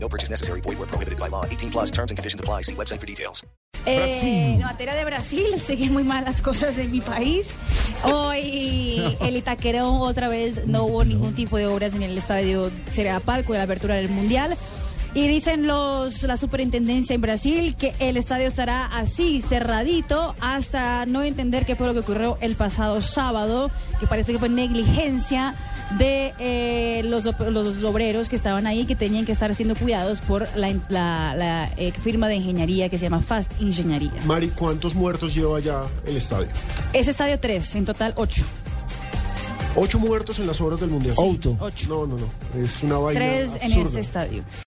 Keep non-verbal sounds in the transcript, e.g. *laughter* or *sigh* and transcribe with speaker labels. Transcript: Speaker 1: No purchase necessary. Void where prohibited by law. 18 plus terms and conditions apply. See website for details.
Speaker 2: Eh, no, materia de Brasil, *laughs* siguen muy mal las cosas en mi país. Hoy el Itaquerón otra vez no hubo ningún tipo de obras en el estadio Será Palco de la apertura del Mundial. Y dicen los la superintendencia en Brasil que el estadio estará así, cerradito, hasta no entender qué fue lo que ocurrió el pasado sábado, que parece que fue negligencia de eh, los, op- los obreros que estaban ahí, que tenían que estar siendo cuidados por la, en- la- la, eh, firma de ingeniería que se llama Fast Ingeniería.
Speaker 3: Mari, ¿cuántos muertos lleva ya el estadio?
Speaker 2: Es estadio 3, en total 8.
Speaker 3: Ocho muertos en las obras del Mundial.
Speaker 2: Ocho. Ocho.
Speaker 3: No, no, no. Es una vaina.
Speaker 2: Tres en
Speaker 3: absurda.
Speaker 2: ese estadio.